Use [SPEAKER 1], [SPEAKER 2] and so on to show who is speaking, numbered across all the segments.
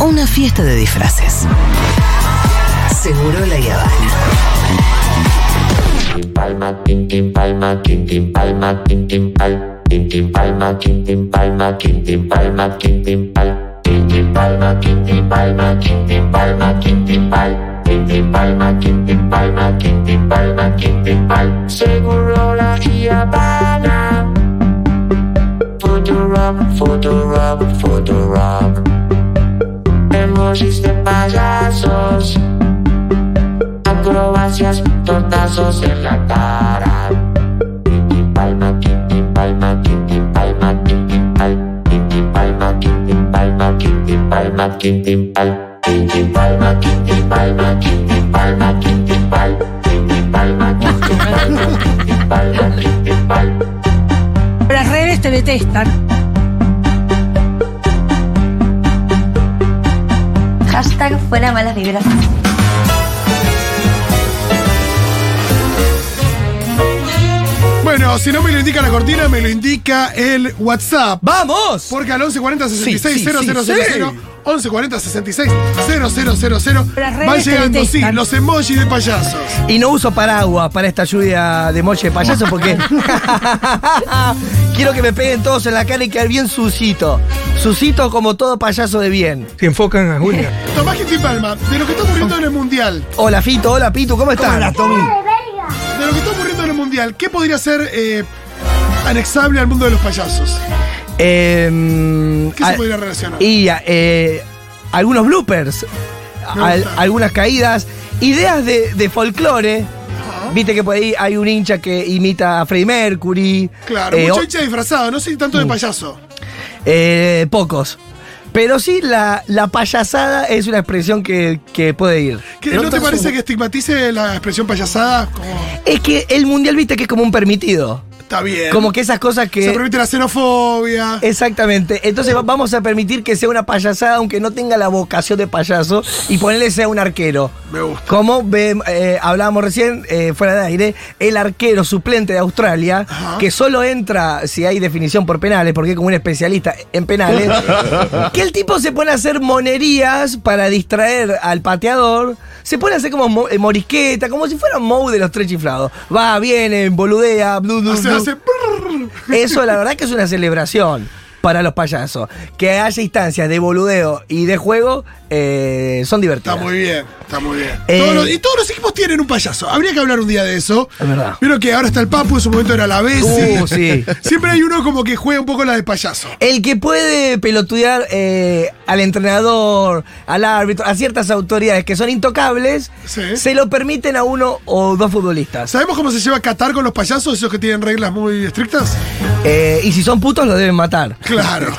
[SPEAKER 1] una fiesta de disfraces. Seguro la Habana.
[SPEAKER 2] Tin, tin, palma, tin, tin, palma, tin, tin, palma, tin, tin, pal, tin, tin, palma, tin, tin, palma, tin, tin, palma, tin, tin, pal, tin, tin, palma, tin, tin, palma, tin, tin, palma, tin, tin, pal, tin, tin, palma, tin, tin, palma, tin, tin, palma, tin, tin, pal. Seguro la Habana. Photo rock, photo rock, photo rock. Emojis de payasos acrobacias, tortazos en la cara. Tin palma, tin tin palma, tin tin palma, tin tin pal, tin tin palma, tin tin palma, tin tin palma, tin tin pal, tin tin palma, tin tin palma, tin tin palma, tin tin pal, tin tin palma, tin tin palma, tin tin palma, tin tin pal.
[SPEAKER 3] Las redes te detestan.
[SPEAKER 4] Hashtag fuera malas vibras.
[SPEAKER 5] Bueno, si no me lo indica la cortina, me lo indica el WhatsApp.
[SPEAKER 6] ¡Vamos!
[SPEAKER 5] Porque al 1140 66
[SPEAKER 6] Sí, sí,
[SPEAKER 5] 000,
[SPEAKER 6] sí, sí.
[SPEAKER 5] 1140 66 000,
[SPEAKER 3] Las redes
[SPEAKER 5] van
[SPEAKER 3] te
[SPEAKER 5] llegando, sí,
[SPEAKER 3] detestan.
[SPEAKER 5] los emojis de payasos.
[SPEAKER 6] Y no uso paraguas para esta lluvia de moche de payaso porque quiero que me peguen todos en la cara y quedar bien sucito. Sucito como todo payaso de bien.
[SPEAKER 7] Se enfocan a Julia.
[SPEAKER 5] Tomás Quintín Palma, de lo que está ocurriendo en el Mundial,
[SPEAKER 6] Hola Fito, hola Pitu, ¿cómo estás?
[SPEAKER 5] de lo que está ocurriendo en el Mundial, ¿qué podría ser eh, anexable al mundo de los payasos?
[SPEAKER 6] Eh,
[SPEAKER 5] ¿Qué
[SPEAKER 6] a-
[SPEAKER 5] se podría relacionar?
[SPEAKER 6] y eh, algunos bloopers,
[SPEAKER 5] Me
[SPEAKER 6] al-
[SPEAKER 5] gusta.
[SPEAKER 6] algunas caídas, ideas de, de folclore. Viste que por ahí hay un hincha que imita a Freddie Mercury.
[SPEAKER 5] Claro,
[SPEAKER 6] eh,
[SPEAKER 5] mucho
[SPEAKER 6] o- Mm.
[SPEAKER 5] hincha disfrazado, no sé tanto de payaso.
[SPEAKER 6] eh, pocos. Pero sí, la, la payasada es una expresión que, que puede ir.
[SPEAKER 5] ¿Qué- ¿No te parece que estigmatice la expresión payasada? Como,
[SPEAKER 6] Es que el mundial, viste, que es como un permitido.
[SPEAKER 5] está bien.
[SPEAKER 6] Como que esas cosas
[SPEAKER 5] se
[SPEAKER 6] que.
[SPEAKER 5] permite la xenofobia.
[SPEAKER 6] Exactamente. Entonces va- vamos a permitir que sea una payasada, aunque no tenga la vocación de payaso, y ponerle sea un arquero.
[SPEAKER 5] Me gusta.
[SPEAKER 6] Como ve- eh, hablábamos recién, eh, fuera de aire, el arquero suplente de Australia,
[SPEAKER 5] Ajá.
[SPEAKER 6] que solo entra si hay definición por penales, porque es como un especialista en penales, que el tipo se pone a hacer monerías para distraer al pateador, se pone a hacer como mo- eh, morisqueta, como si fuera Mou de los tres chiflados. Va, viene, boludea, blu, blu,
[SPEAKER 5] Hace-
[SPEAKER 6] blu.
[SPEAKER 5] hace prrr.
[SPEAKER 6] Eso la verdad que es una celebración para los payasos. Que haya instancias de boludeo y de juego eh, son divertidas.
[SPEAKER 5] Está muy bien, está muy bien.
[SPEAKER 6] Eh,
[SPEAKER 5] Todos los- y todos los equipos tienen un payaso. Habría que hablar un día de eso.
[SPEAKER 6] Es verdad.
[SPEAKER 5] Vieron que ahora está el Papu, en su momento era la Bessi.
[SPEAKER 6] Uh, sí.
[SPEAKER 5] Siempre hay uno como que juega un poco la de payaso.
[SPEAKER 6] El que puede pelotudear eh, al entrenador, al árbitro, a ciertas autoridades que son intocables,
[SPEAKER 5] Sí.
[SPEAKER 6] se lo permiten a uno o dos futbolistas.
[SPEAKER 5] ¿Sabemos cómo se lleva Qatar con los payasos, esos que tienen reglas muy estrictas?
[SPEAKER 6] Eh, y si son putos, los deben matar.
[SPEAKER 5] Claro.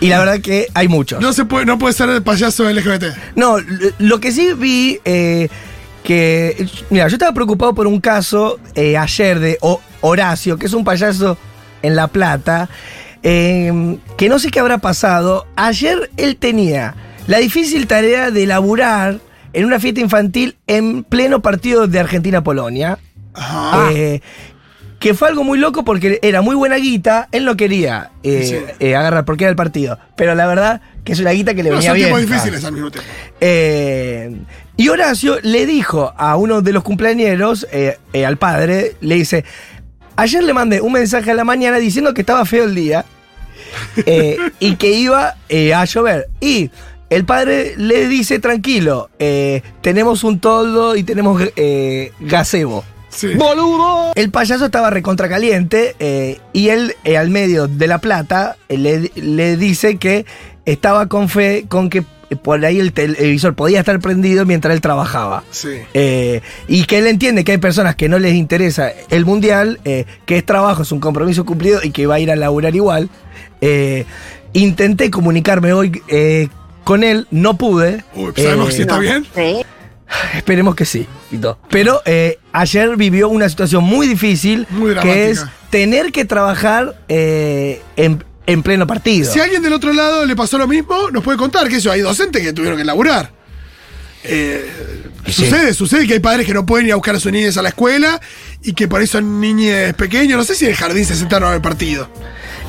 [SPEAKER 6] Y la verdad que hay muchos.
[SPEAKER 5] No se puede, no puede ser el payaso LGBT.
[SPEAKER 6] No, l- lo que sí vi eh, que. Mira, yo estaba preocupado por un caso eh, ayer de O- Horacio, que es un payaso en La Plata, eh, que no sé qué habrá pasado. Ayer él tenía la difícil tarea de laburar en una fiesta infantil en pleno partido de Argentina-Polonia.
[SPEAKER 5] Ajá.
[SPEAKER 6] Eh, que fue algo muy loco porque era muy buena guita, él no quería eh,
[SPEAKER 5] Sí.
[SPEAKER 6] eh, agarrar porque era el partido. Pero la verdad que es una guita que le
[SPEAKER 5] No,
[SPEAKER 6] venía
[SPEAKER 5] son
[SPEAKER 6] bien.
[SPEAKER 5] tiempos difíciles al mismo tiempo.
[SPEAKER 6] Eh, y Horacio le dijo a uno de los cumpleañeros, eh, eh, al padre, le dice, ayer le mandé un mensaje a la mañana diciendo que estaba feo el día eh, y que iba eh, a llover. Y el padre le dice, tranquilo, eh, tenemos un toldo y tenemos eh, gazebo.
[SPEAKER 5] Sí.
[SPEAKER 6] El payaso estaba recontracaliente eh, y él, eh, al medio de la plata, eh, le, le dice que estaba con fe con que eh, por ahí el televisor podía estar prendido mientras él trabajaba.
[SPEAKER 5] Sí.
[SPEAKER 6] Eh, y que él entiende que hay personas que no les interesa el mundial, eh, que es trabajo, es un compromiso cumplido y que va a ir a laburar igual. Eh, intenté comunicarme hoy eh, con él, no pude.
[SPEAKER 5] Uy, pues, ¿sabemos
[SPEAKER 6] Eh,
[SPEAKER 5] si está bien?
[SPEAKER 6] Esperemos que sí. y todo. Pero eh, ayer vivió una situación muy difícil,
[SPEAKER 5] Muy dramática.
[SPEAKER 6] que es tener que trabajar eh, en, en pleno partido.
[SPEAKER 5] Si a alguien del otro lado le pasó lo mismo, nos puede contar que eso, hay docentes que tuvieron que laburar. Eh, Sucede, sucede que hay padres que no pueden ir a buscar a sus niños a la escuela y que por ahí son niños pequeños. No sé si en el jardín se sentaron al partido.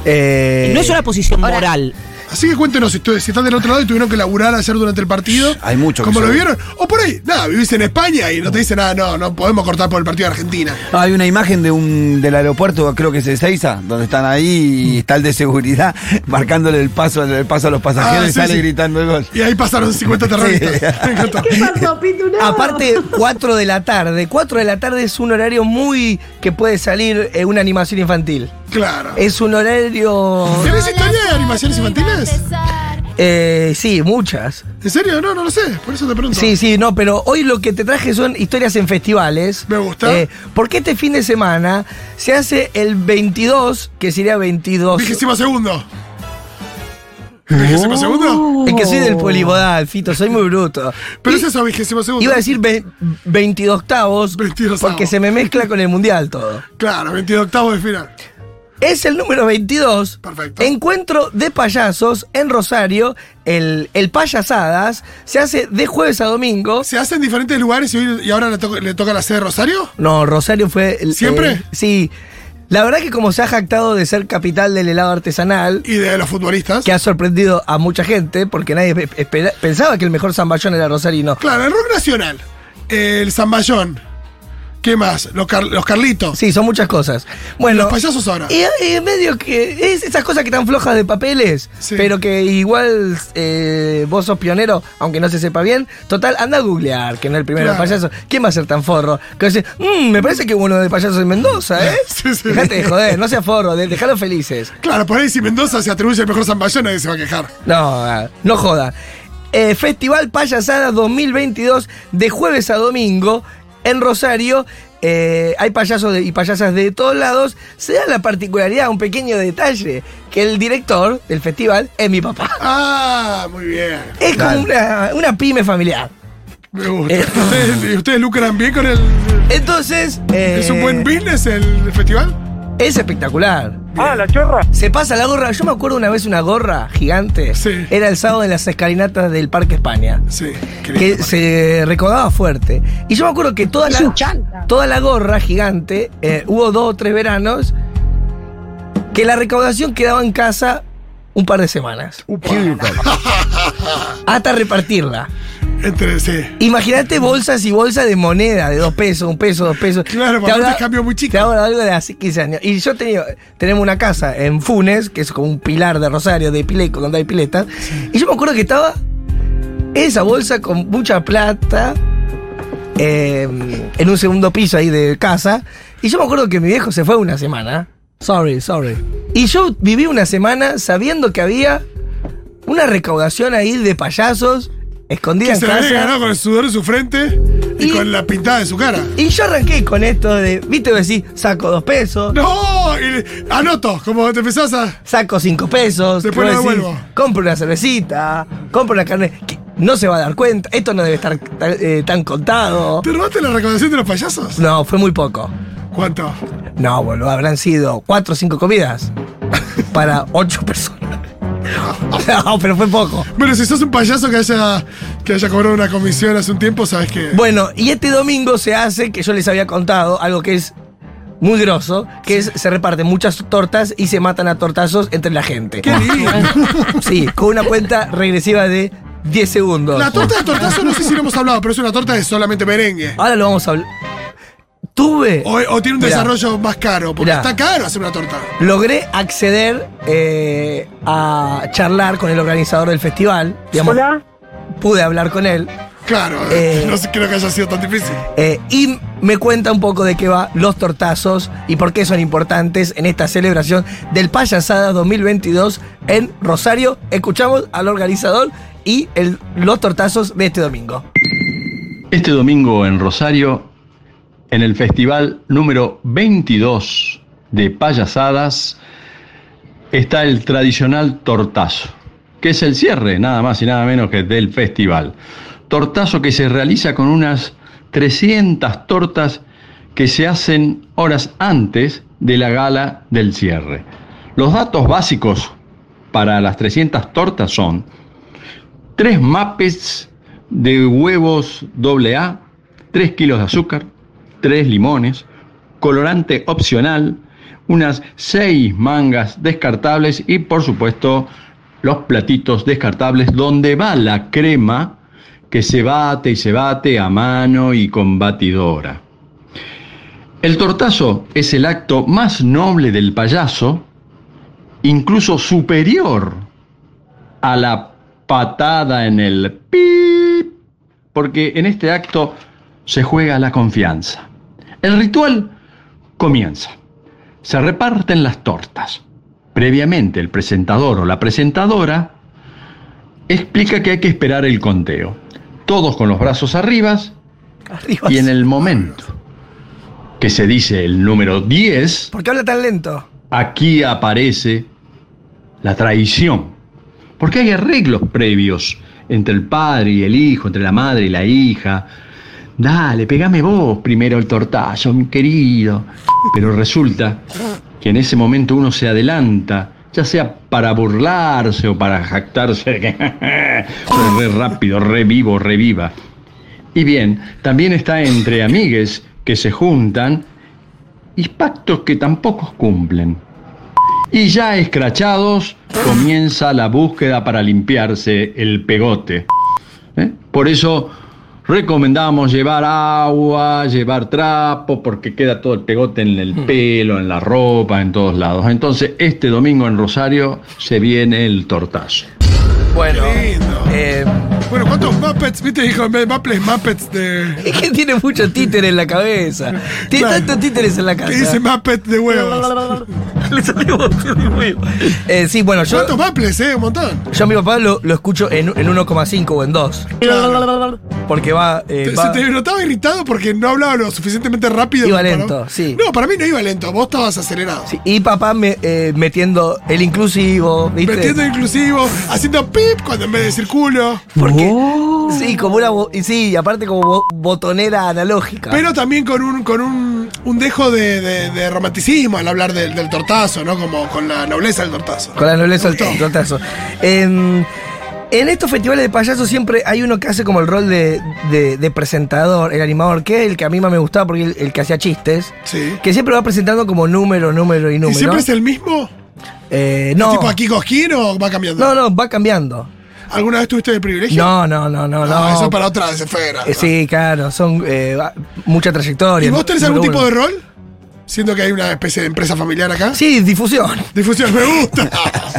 [SPEAKER 6] Eh,
[SPEAKER 8] No es una posición
[SPEAKER 4] Ahora-
[SPEAKER 8] moral.
[SPEAKER 5] Así que cuéntenos si, ustedes- si están del otro lado y tuvieron que laburar ayer durante el partido.
[SPEAKER 7] Hay mucho que
[SPEAKER 5] ¿Cómo lo
[SPEAKER 7] saber.
[SPEAKER 5] vieron? O por ahí, nada, vivís en España y no te dicen nada, no, no podemos cortar por el partido de Argentina.
[SPEAKER 7] No, hay una imagen de un, del aeropuerto, creo que es de Seiza, donde están ahí y está el de seguridad marcándole el paso, el paso a los pasajeros
[SPEAKER 5] Mm. Ah,
[SPEAKER 7] y
[SPEAKER 5] sí,
[SPEAKER 7] sale
[SPEAKER 5] sí.
[SPEAKER 7] gritando el gol.
[SPEAKER 5] Y ahí pasaron 50 terroristas. Me encantó.
[SPEAKER 6] Aparte, 4 de la tarde. 4 de la tarde es un horario muy que puede salir eh, una animación infantil.
[SPEAKER 5] Claro.
[SPEAKER 6] Es un horario.
[SPEAKER 5] ¿Tenés historia de animaciones infantiles?
[SPEAKER 6] eh, sí, muchas.
[SPEAKER 5] ¿En serio? No, no lo sé. Por eso te pregunto.
[SPEAKER 6] Sí, sí, no, pero hoy lo que te traje son historias en festivales.
[SPEAKER 5] Me gusta.
[SPEAKER 6] porque este fin de semana se hace el 22, que sería 22.
[SPEAKER 5] Vigésimo segundo. ¿Vigésimo segundo?
[SPEAKER 6] Es que soy del polibodal, Fito, soy muy bruto.
[SPEAKER 5] Oh. Pero
[SPEAKER 6] Y-
[SPEAKER 5] es eso, vigésimo segundo.
[SPEAKER 6] Iba a decir ve- 22 octavos,
[SPEAKER 5] 22avos.
[SPEAKER 6] porque se me mezcla con el mundial todo.
[SPEAKER 5] Claro, 22 octavos de final.
[SPEAKER 6] Es el número 22.
[SPEAKER 5] Perfecto.
[SPEAKER 6] Encuentro de payasos en Rosario. El, el payasadas se hace de jueves a domingo.
[SPEAKER 5] ¿Se hace en diferentes lugares y, hoy- y ahora le, to- le toca la sede de Rosario?
[SPEAKER 6] No, Rosario fue. el-
[SPEAKER 5] ¿Siempre?
[SPEAKER 6] eh, sí. La verdad que como se ha jactado de ser capital del helado artesanal,
[SPEAKER 5] Y de los futbolistas.
[SPEAKER 6] que ha sorprendido a mucha gente, porque nadie pe- espera- pensaba que el mejor zamballón era rosarino.
[SPEAKER 5] Claro, el rock nacional. El Zambayón. ¿Qué más? Los, car- los Carlitos.
[SPEAKER 6] Sí, son muchas cosas. Bueno,
[SPEAKER 5] Los payasos ahora.
[SPEAKER 6] Y, y medio que es esas cosas que están flojas de papeles,
[SPEAKER 5] Sí.
[SPEAKER 6] pero que igual eh, vos sos pionero, aunque no se sepa bien. Total, anda a googlear, que no es el primero de
[SPEAKER 5] Claro.
[SPEAKER 6] payaso. ¿Quién va a ser tan forro? Que dice, "Mm, me parece que hubo uno de payasos en Mendoza, ¿eh?
[SPEAKER 5] Sí, sí.
[SPEAKER 6] Dejate de joder, no seas forro, de, dejalos felices.
[SPEAKER 5] Claro, por ahí si Mendoza se atribuye el mejor Zambayón, nadie se va a quejar.
[SPEAKER 6] No, ah, no joda. Eh, Festival Payasada 2022 de jueves a domingo en Rosario. Eh, hay payasos de- y payasas de todos lados. Se da la particularidad, un pequeño detalle, que el director del festival es mi papá.
[SPEAKER 5] Ah, muy bien.
[SPEAKER 6] Es como una, una pyme familiar.
[SPEAKER 5] Me gusta.
[SPEAKER 6] Eh.
[SPEAKER 5] ¿Ustedes, ¿Y ustedes lucran bien con el.
[SPEAKER 6] Entonces... eh,
[SPEAKER 5] ¿Es un buen business el festival?
[SPEAKER 6] Es espectacular.
[SPEAKER 8] Ah, la chorra.
[SPEAKER 6] Se pasa la gorra. Yo me acuerdo una vez una gorra gigante.
[SPEAKER 5] Sí.
[SPEAKER 6] Era el sábado en las escalinatas del Parque España.
[SPEAKER 5] Sí. qué
[SPEAKER 6] que
[SPEAKER 5] lindo.
[SPEAKER 6] se recordaba fuerte. Y yo me acuerdo que toda la, toda la gorra gigante, eh, hubo dos o tres veranos, que la recaudación quedaba en casa un par de semanas. Hasta repartirla.
[SPEAKER 5] Entre, sí.
[SPEAKER 6] Imagínate bolsas y bolsas de moneda de dos pesos, un peso, dos pesos.
[SPEAKER 5] Claro, porque
[SPEAKER 6] hablo-
[SPEAKER 5] antes cambio muy chico.
[SPEAKER 6] Te hablo de algo de hace 15 años. Y yo tenía, tenemos una casa en Funes, que es como un pilar de Rosario, de Pileco, donde hay piletas. Y yo me acuerdo que estaba esa bolsa con mucha plata eh, en un segundo piso ahí de casa. Y yo me acuerdo que mi viejo se fue una semana. Sorry, sorry. Y yo viví una semana sabiendo que había una recaudación ahí de payasos escondida
[SPEAKER 5] Que
[SPEAKER 6] en
[SPEAKER 5] se la
[SPEAKER 6] casa.
[SPEAKER 5] había ganado con el sudor de su frente y,
[SPEAKER 6] Y-
[SPEAKER 5] con la pintada de su cara.
[SPEAKER 6] Y yo arranqué con esto de, viste, vos decís, saco dos pesos,
[SPEAKER 5] ¡No! y le- anoto, como te empezás a.
[SPEAKER 6] saco cinco pesos,
[SPEAKER 5] Después
[SPEAKER 6] vos
[SPEAKER 5] lo
[SPEAKER 6] decís,
[SPEAKER 5] devuelvo.
[SPEAKER 6] compro una cervecita, compro una carne, que no se va a dar cuenta, esto no debe estar tan, eh, tan contado.
[SPEAKER 5] ¿Te robaste la recaudación de los payasos?
[SPEAKER 6] No, fue muy poco.
[SPEAKER 5] ¿Cuánto?
[SPEAKER 6] No, boludo, habrán sido cuatro o cinco comidas para ocho personas. No, pero fue poco.
[SPEAKER 5] Bueno, si sos un payaso que haya, que haya cobrado una comisión hace un tiempo, sabes que.
[SPEAKER 6] Bueno, y este domingo se hace, que yo les había contado, algo que es muy grosso, que es, se reparten muchas tortas y se matan a tortazos entre la gente.
[SPEAKER 5] ¡Qué lindo!
[SPEAKER 6] Sí, con una cuenta regresiva de 10 segundos.
[SPEAKER 5] La torta de tortazo, no sé si lo hemos hablado, pero es una torta de solamente merengue.
[SPEAKER 6] Ahora lo vamos a hablar. Tuve.
[SPEAKER 5] O, o tiene un
[SPEAKER 6] Ah. Mirá.
[SPEAKER 5] desarrollo más caro, porque
[SPEAKER 6] Mirá.
[SPEAKER 5] está caro hacer una torta.
[SPEAKER 6] Logré acceder eh, a charlar con el organizador del festival. Digamos,
[SPEAKER 8] Hola.
[SPEAKER 6] Pude hablar con él.
[SPEAKER 5] Claro,
[SPEAKER 6] Eh.
[SPEAKER 5] no sé- creo que haya sido tan difícil.
[SPEAKER 6] eh, y me cuenta un poco de qué va los tortazos y por qué son importantes en esta celebración del Payasada 2022 en Rosario. Escuchamos al organizador y el- los tortazos de este domingo.
[SPEAKER 9] Este domingo en Rosario, en el festival número 22 de payasadas, está el tradicional tortazo, que es el cierre, nada más y nada menos que del festival. Tortazo que se realiza con unas 300 tortas que se hacen horas antes de la gala del cierre. Los datos básicos para las 300 tortas son tres mapes de huevos AA, 3 kilos de azúcar, 3 limones, colorante opcional, unas 6 mangas descartables y por supuesto los platitos descartables donde va la crema que se bate y se bate a mano y con batidora. El tortazo es el acto más noble del payaso, incluso superior a la patada en el pip, porque en este acto se juega la confianza. El ritual comienza. Se reparten las tortas. Previamente el presentador o la presentadora explica que hay que esperar el conteo. Todos con los brazos arriba
[SPEAKER 6] Arriba.
[SPEAKER 9] y en el momento que se dice el número 10,
[SPEAKER 6] ¿Por qué habla tan lento?
[SPEAKER 9] aquí aparece la traición. Porque hay arreglos previos entre el padre y el hijo, entre la madre y la hija. Dale, pegame vos primero el tortazo, mi querido. Pero resulta que en ese momento uno se adelanta, ya sea para burlarse o para jactarse. Soy re rápido, revivo, reviva. Y bien, también está entre amigues que se juntan y pactos que tampoco cumplen. Y ya escrachados, comienza la búsqueda para limpiarse el pegote. ¿Eh? Por eso recomendamos llevar agua, llevar trapo, porque queda todo el pegote en el pelo, en la ropa, en todos lados. Entonces, este domingo en Rosario se viene el tortazo.
[SPEAKER 6] Bueno.
[SPEAKER 5] Qué lindo.
[SPEAKER 6] eh,
[SPEAKER 5] Bueno, ¿cuántos Muppets? ¿Viste? Dijo, en vez de Muppets, Muppets de.
[SPEAKER 6] es que tiene mucho títer en la cabeza. Tiene
[SPEAKER 5] Claro.
[SPEAKER 6] tantos títeres en la
[SPEAKER 5] Que
[SPEAKER 6] cabeza.
[SPEAKER 5] dice Muppets de huevos.
[SPEAKER 6] Le salió bastante muy bien. Eh, sí, bueno, yo,
[SPEAKER 5] ¿Cuántos Muppets, eh? Un montón.
[SPEAKER 6] yo a mi papá lo, lo escucho en, en 1,5 o en 2. Porque va. eh,
[SPEAKER 5] Te-
[SPEAKER 6] va-
[SPEAKER 5] Se te notaba irritado porque no hablaba lo suficientemente rápido.
[SPEAKER 6] Iba
[SPEAKER 5] como para-
[SPEAKER 6] lento, sí.
[SPEAKER 5] No, para mí no iba lento, vos estabas acelerado.
[SPEAKER 6] sí, y papá me, eh, metiendo el inclusivo, ¿viste?
[SPEAKER 5] Metiendo inclusivo, haciendo pip cuando en vez de decir culo.
[SPEAKER 6] Porque. Sí, como una. bo- y Sí, y aparte como bo- botonera analógica.
[SPEAKER 5] Pero también con un, con un, un dejo de, de- de romanticismo al hablar del, del tortazo, ¿no? Como con la nobleza del tortazo.
[SPEAKER 6] Con la nobleza del tor- tortazo. En, en estos festivales de payasos siempre hay uno que hace como el rol de, de- de presentador, el animador, que es el que a mí más me gustaba porque el, el que hacía chistes.
[SPEAKER 5] Sí.
[SPEAKER 6] Que siempre va presentando como número, número y número.
[SPEAKER 5] ¿Y siempre es el mismo?
[SPEAKER 6] Eh, no.
[SPEAKER 5] ¿Tipo aquí Cosquín o va cambiando?
[SPEAKER 6] No, no, va cambiando.
[SPEAKER 5] ¿Alguna vez tuviste el privilegio?
[SPEAKER 6] No, no, no, no, no.
[SPEAKER 5] Ah, eso para otra desesfera.
[SPEAKER 6] Eh, Sí, claro, son eh, va- mucha trayectoria.
[SPEAKER 5] ¿Y vos tenés
[SPEAKER 6] Número
[SPEAKER 5] algún tipo
[SPEAKER 6] uno.
[SPEAKER 5] de rol? Siendo que hay una especie de empresa familiar acá.
[SPEAKER 6] Sí, difusión.
[SPEAKER 5] Difusión, me gusta.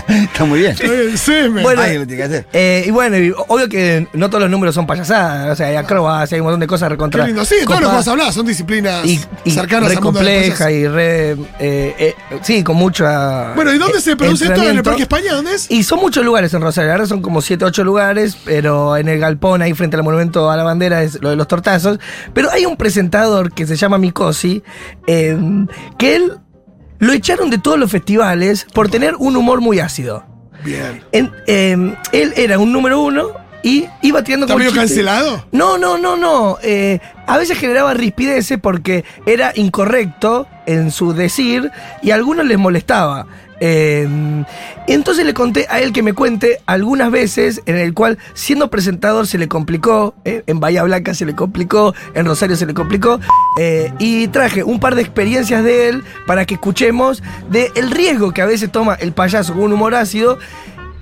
[SPEAKER 7] Está muy bien.
[SPEAKER 5] Eh, Semen.
[SPEAKER 6] Bueno,
[SPEAKER 7] Alguien lo tiene que hacer.
[SPEAKER 6] Eh, y bueno, y obvio que no todos los números son payasadas, o sea, hay acrobacias, hay un montón de cosas
[SPEAKER 5] Qué
[SPEAKER 6] recontra.
[SPEAKER 5] lindo. Sí, todo lo que
[SPEAKER 6] copadas
[SPEAKER 5] vos hablás son disciplinas
[SPEAKER 6] Y, y
[SPEAKER 5] cercanas
[SPEAKER 6] re
[SPEAKER 5] a mundo de
[SPEAKER 6] compleja y re. eh, eh, sí, con mucha.
[SPEAKER 5] Bueno, ¿y dónde
[SPEAKER 6] eh,
[SPEAKER 5] se produce esto? ¿En el
[SPEAKER 6] entrenamiento.
[SPEAKER 5] Parque España? ¿Dónde es?
[SPEAKER 6] Y son muchos lugares en Rosario, ahora son como 7, 8 lugares, pero en el galpón, ahí frente al monumento a la bandera, es lo de los tortazos. Pero hay un presentador que se llama Micosi, eh, que él lo echaron de todos los festivales por tener un humor muy ácido.
[SPEAKER 5] Bien.
[SPEAKER 6] En- eh, él era un número uno y iba tirando
[SPEAKER 5] ¿Está
[SPEAKER 6] como
[SPEAKER 5] medio
[SPEAKER 6] chistes.
[SPEAKER 5] cancelado?
[SPEAKER 6] No, no, no, no. Eh, a veces generaba rispideces porque era incorrecto en su decir y a algunos les molestaba. Eh, entonces le conté a él que me cuente algunas veces en el cual siendo presentador se le complicó, eh, en Bahía Blanca se le complicó, en Rosario se le complicó, eh, y traje un par de experiencias de él para que escuchemos del el riesgo que a veces toma el payaso con un humor ácido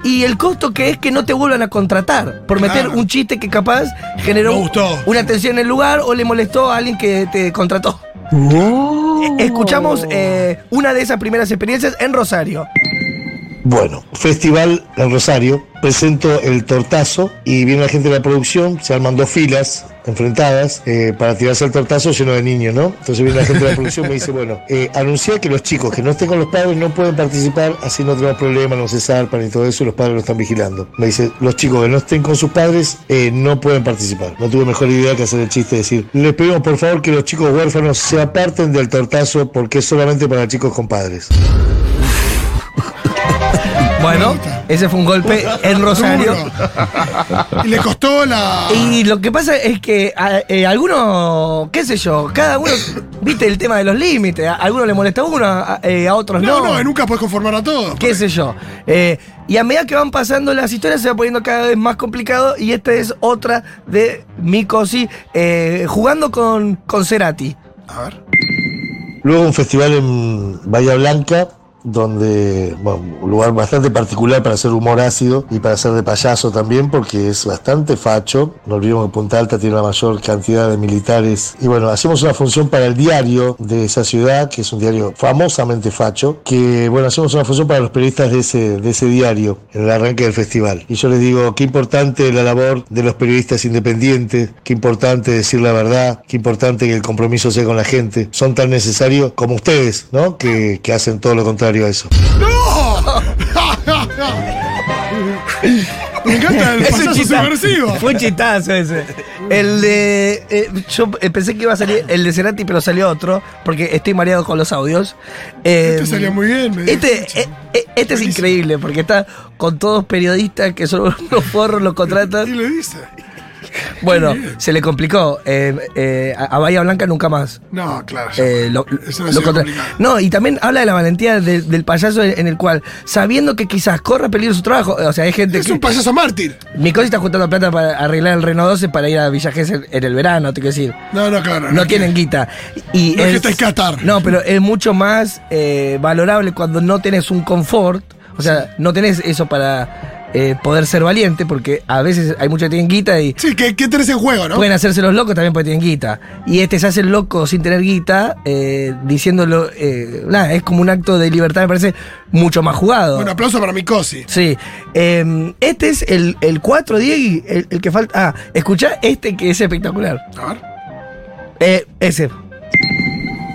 [SPEAKER 6] y el costo que es que no te vuelvan a contratar por meter
[SPEAKER 5] Claro.
[SPEAKER 6] un chiste que capaz generó
[SPEAKER 5] Me gustó.
[SPEAKER 6] una tensión en el lugar o le molestó a alguien que te contrató. Eh, Escuchamos eh, una de esas primeras experiencias en Rosario.
[SPEAKER 8] Bueno, Festival en Rosario, presento el tortazo y viene la gente de la producción, se arman dos filas enfrentadas eh, para tirarse el tortazo lleno de niños, ¿no? Entonces viene la gente de la producción y me dice, bueno, eh, anuncia que los chicos que no estén con los padres no pueden participar, así no tenemos problemas, no se zarpan y todo eso, y los padres lo están vigilando. Me dice, los chicos que no estén con sus padres eh, no pueden participar. No tuve mejor idea que hacer el chiste y decir, les pedimos por favor que los chicos huérfanos se aparten del tortazo porque es solamente para chicos con padres.
[SPEAKER 6] Bueno, ese fue un golpe en Rosario.
[SPEAKER 5] Y le costó la.
[SPEAKER 6] Y lo que pasa es que a- eh, algunos, qué sé yo, cada uno, viste el tema de los límites, a algunos le molesta a uno, a, eh, a otros
[SPEAKER 5] No,
[SPEAKER 6] no.
[SPEAKER 5] no, nunca podés conformar a todos.
[SPEAKER 6] qué sé yo. Eh, y a medida que van pasando las historias se va poniendo cada vez más complicado y esta es otra de Mikosi eh, jugando con, con Cerati.
[SPEAKER 5] A ver.
[SPEAKER 8] Luego un festival en Bahía Blanca, donde, bueno, un lugar bastante particular para hacer humor ácido y para hacer de payaso también, porque es bastante facho. No olvidemos que Punta Alta tiene la mayor cantidad de militares. Y bueno, hacemos una función para el diario de esa ciudad, que es un diario famosamente facho, que bueno, hacemos una función para los periodistas de ese, de ese diario en el arranque del festival. Y yo les digo, qué importante la labor de los periodistas independientes, qué importante decir la verdad, qué importante que el compromiso sea con la gente. Son tan necesarios como ustedes, ¿no? Que, que hacen todo lo contrario a eso.
[SPEAKER 5] Me encanta el payaso
[SPEAKER 6] chista-
[SPEAKER 5] subversivo.
[SPEAKER 6] Fue un chistazo ese. El de. eh, yo eh, pensé que iba a salir el de Cerati, pero salió otro, porque estoy mareado con los audios. Eh,
[SPEAKER 5] Este salió muy bien, me
[SPEAKER 6] Este,
[SPEAKER 5] dijo.
[SPEAKER 6] eh, eh, este es increíble, porque está con todos periodistas que son unos porros, los
[SPEAKER 5] Y
[SPEAKER 6] contratan.
[SPEAKER 5] le dice.
[SPEAKER 6] Bueno, se le complicó. eh, eh, a a Bahía Blanca nunca más.
[SPEAKER 5] No, claro. ya
[SPEAKER 6] Eh, lo-
[SPEAKER 5] Eso no
[SPEAKER 6] lo
[SPEAKER 5] es
[SPEAKER 6] contra-
[SPEAKER 5] complicado.
[SPEAKER 6] no, y también habla de la valentía de- del payaso en, en el cual, sabiendo que quizás corra peligro su trabajo, o sea, hay gente
[SPEAKER 5] Es
[SPEAKER 6] que.
[SPEAKER 5] un payaso mártir.
[SPEAKER 6] Nicosi está juntando plata para arreglar el Renault 12 para ir a Villa Gesell en el verano, te quiero decir.
[SPEAKER 5] No, no, claro.
[SPEAKER 6] No tienen guita. Y
[SPEAKER 5] No es que está en Qatar.
[SPEAKER 6] No, pero es mucho más eh, valorable cuando no tenés un confort. O sea, no tenés eso para eh, poder ser valiente, porque a veces hay muchos que tienen guita y
[SPEAKER 5] Sí, ¿qué, qué tenés en juego, no?
[SPEAKER 6] pueden hacerse los locos también porque tienen guita. Y este se hace el loco sin tener guita, eh, diciéndolo. eh, nada, es como un acto de libertad, me parece mucho más jugado.
[SPEAKER 5] Un aplauso para Micosi.
[SPEAKER 6] Sí. Eh, este es el, el 4, Diego, el, el que falta. Ah, escuchá este que es espectacular.
[SPEAKER 5] A ver.
[SPEAKER 6] Eh, ese.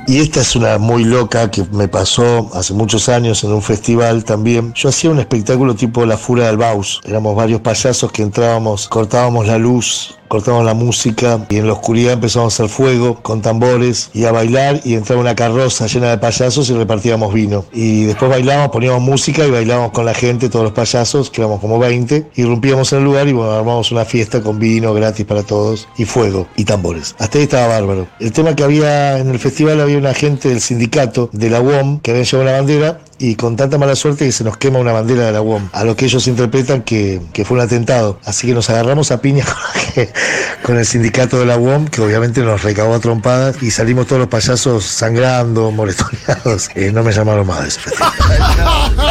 [SPEAKER 8] Y esta es una muy loca que me pasó hace muchos años en un festival también. Yo hacía un espectáculo tipo La Fura del Baus. Éramos varios payasos que entrábamos, cortábamos la luz, cortábamos la música y en la oscuridad empezábamos a hacer fuego con tambores y a bailar y entraba una carroza llena de payasos y repartíamos vino. Y después bailábamos, poníamos música y bailábamos con la gente, todos los payasos, que éramos como 20, y rompíamos en el lugar y bueno, armamos una fiesta con vino gratis para todos y fuego y tambores. Hasta ahí estaba bárbaro. El tema que había en el festival había una gente del sindicato de la UOM que había llevado una bandera y con tanta mala suerte que se nos quema una bandera de la UOM, a lo que ellos interpretan que, que fue un atentado. Así que nos agarramos a piña con, la que- con el sindicato de la UOM, que obviamente nos recabó a trompadas y salimos todos los payasos sangrando, moretoneados. Eh, no me llamaron más de ese festival.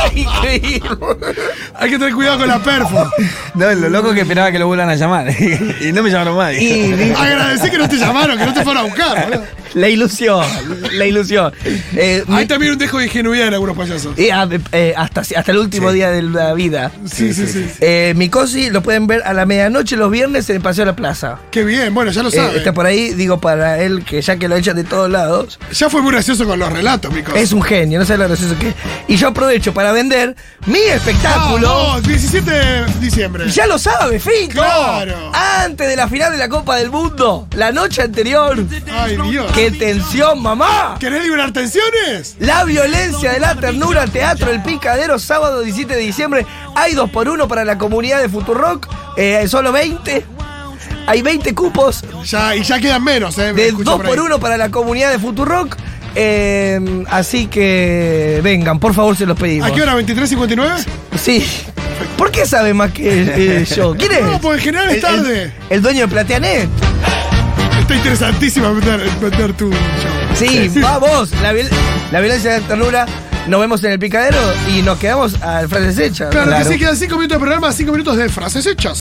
[SPEAKER 5] Hay que tener cuidado con la perfo.
[SPEAKER 7] No, lo loco que esperaba que lo vuelvan a llamar. y no me llamaron más.
[SPEAKER 6] Y
[SPEAKER 5] Agradecí que no te llamaron, que no te fueron a buscar, boludo.
[SPEAKER 6] la ilusión. La ilusión. Eh, mi-
[SPEAKER 5] Hay también un dejo de ingenuidad en algunos payasos.
[SPEAKER 6] eh, ah, eh, hasta, hasta el último día de la vida.
[SPEAKER 5] Sí, sí, sí.
[SPEAKER 6] Eh, Micosi lo pueden ver a la medianoche los viernes en el Paseo de la Plaza.
[SPEAKER 5] Qué bien, bueno, ya lo
[SPEAKER 6] Eh,
[SPEAKER 5] sabes.
[SPEAKER 6] está por ahí, digo, para él, que ya que lo echan de todos lados,
[SPEAKER 5] Ya fue muy gracioso con los relatos, Micosi.
[SPEAKER 6] es un genio, no sé lo gracioso que es. Y yo aprovecho para vender mi espectáculo.
[SPEAKER 5] No, 17 Ah, de diciembre.
[SPEAKER 6] Ya lo sabe, Fico.
[SPEAKER 5] Claro.
[SPEAKER 6] Antes de la final de la Copa del Mundo, la noche anterior.
[SPEAKER 5] Ay, Dios.
[SPEAKER 6] ¡Qué tensión, mamá!
[SPEAKER 5] ¿Querés liberar tensiones?
[SPEAKER 6] La violencia de la ternura, Teatro El Picadero, sábado 17 de diciembre. Hay dos por uno para la comunidad de Futurock. Eh, solo 20. Hay 20 cupos
[SPEAKER 5] Ya, y ya quedan menos, ¿eh?
[SPEAKER 6] de
[SPEAKER 5] Escucho
[SPEAKER 6] dos
[SPEAKER 5] ahí.
[SPEAKER 6] por uno para la comunidad de Futurock. Eh, así que vengan, por favor, se los pedimos.
[SPEAKER 5] ¿A qué hora? ¿23.59?
[SPEAKER 6] Sí. ¿Por qué sabe más que eh, yo? ¿Quién es?
[SPEAKER 5] No, porque en general es
[SPEAKER 6] El- el-
[SPEAKER 5] tarde.
[SPEAKER 6] el dueño de Plateanet.
[SPEAKER 5] Está interesantísima meter, meter tu show.
[SPEAKER 6] Sí, vamos. La, viol- la violencia de la ternura. Nos vemos en el picadero y nos quedamos al frases hechas.
[SPEAKER 5] Claro, que sí, quedan 5 minutos de programa, 5 minutos de frases hechas.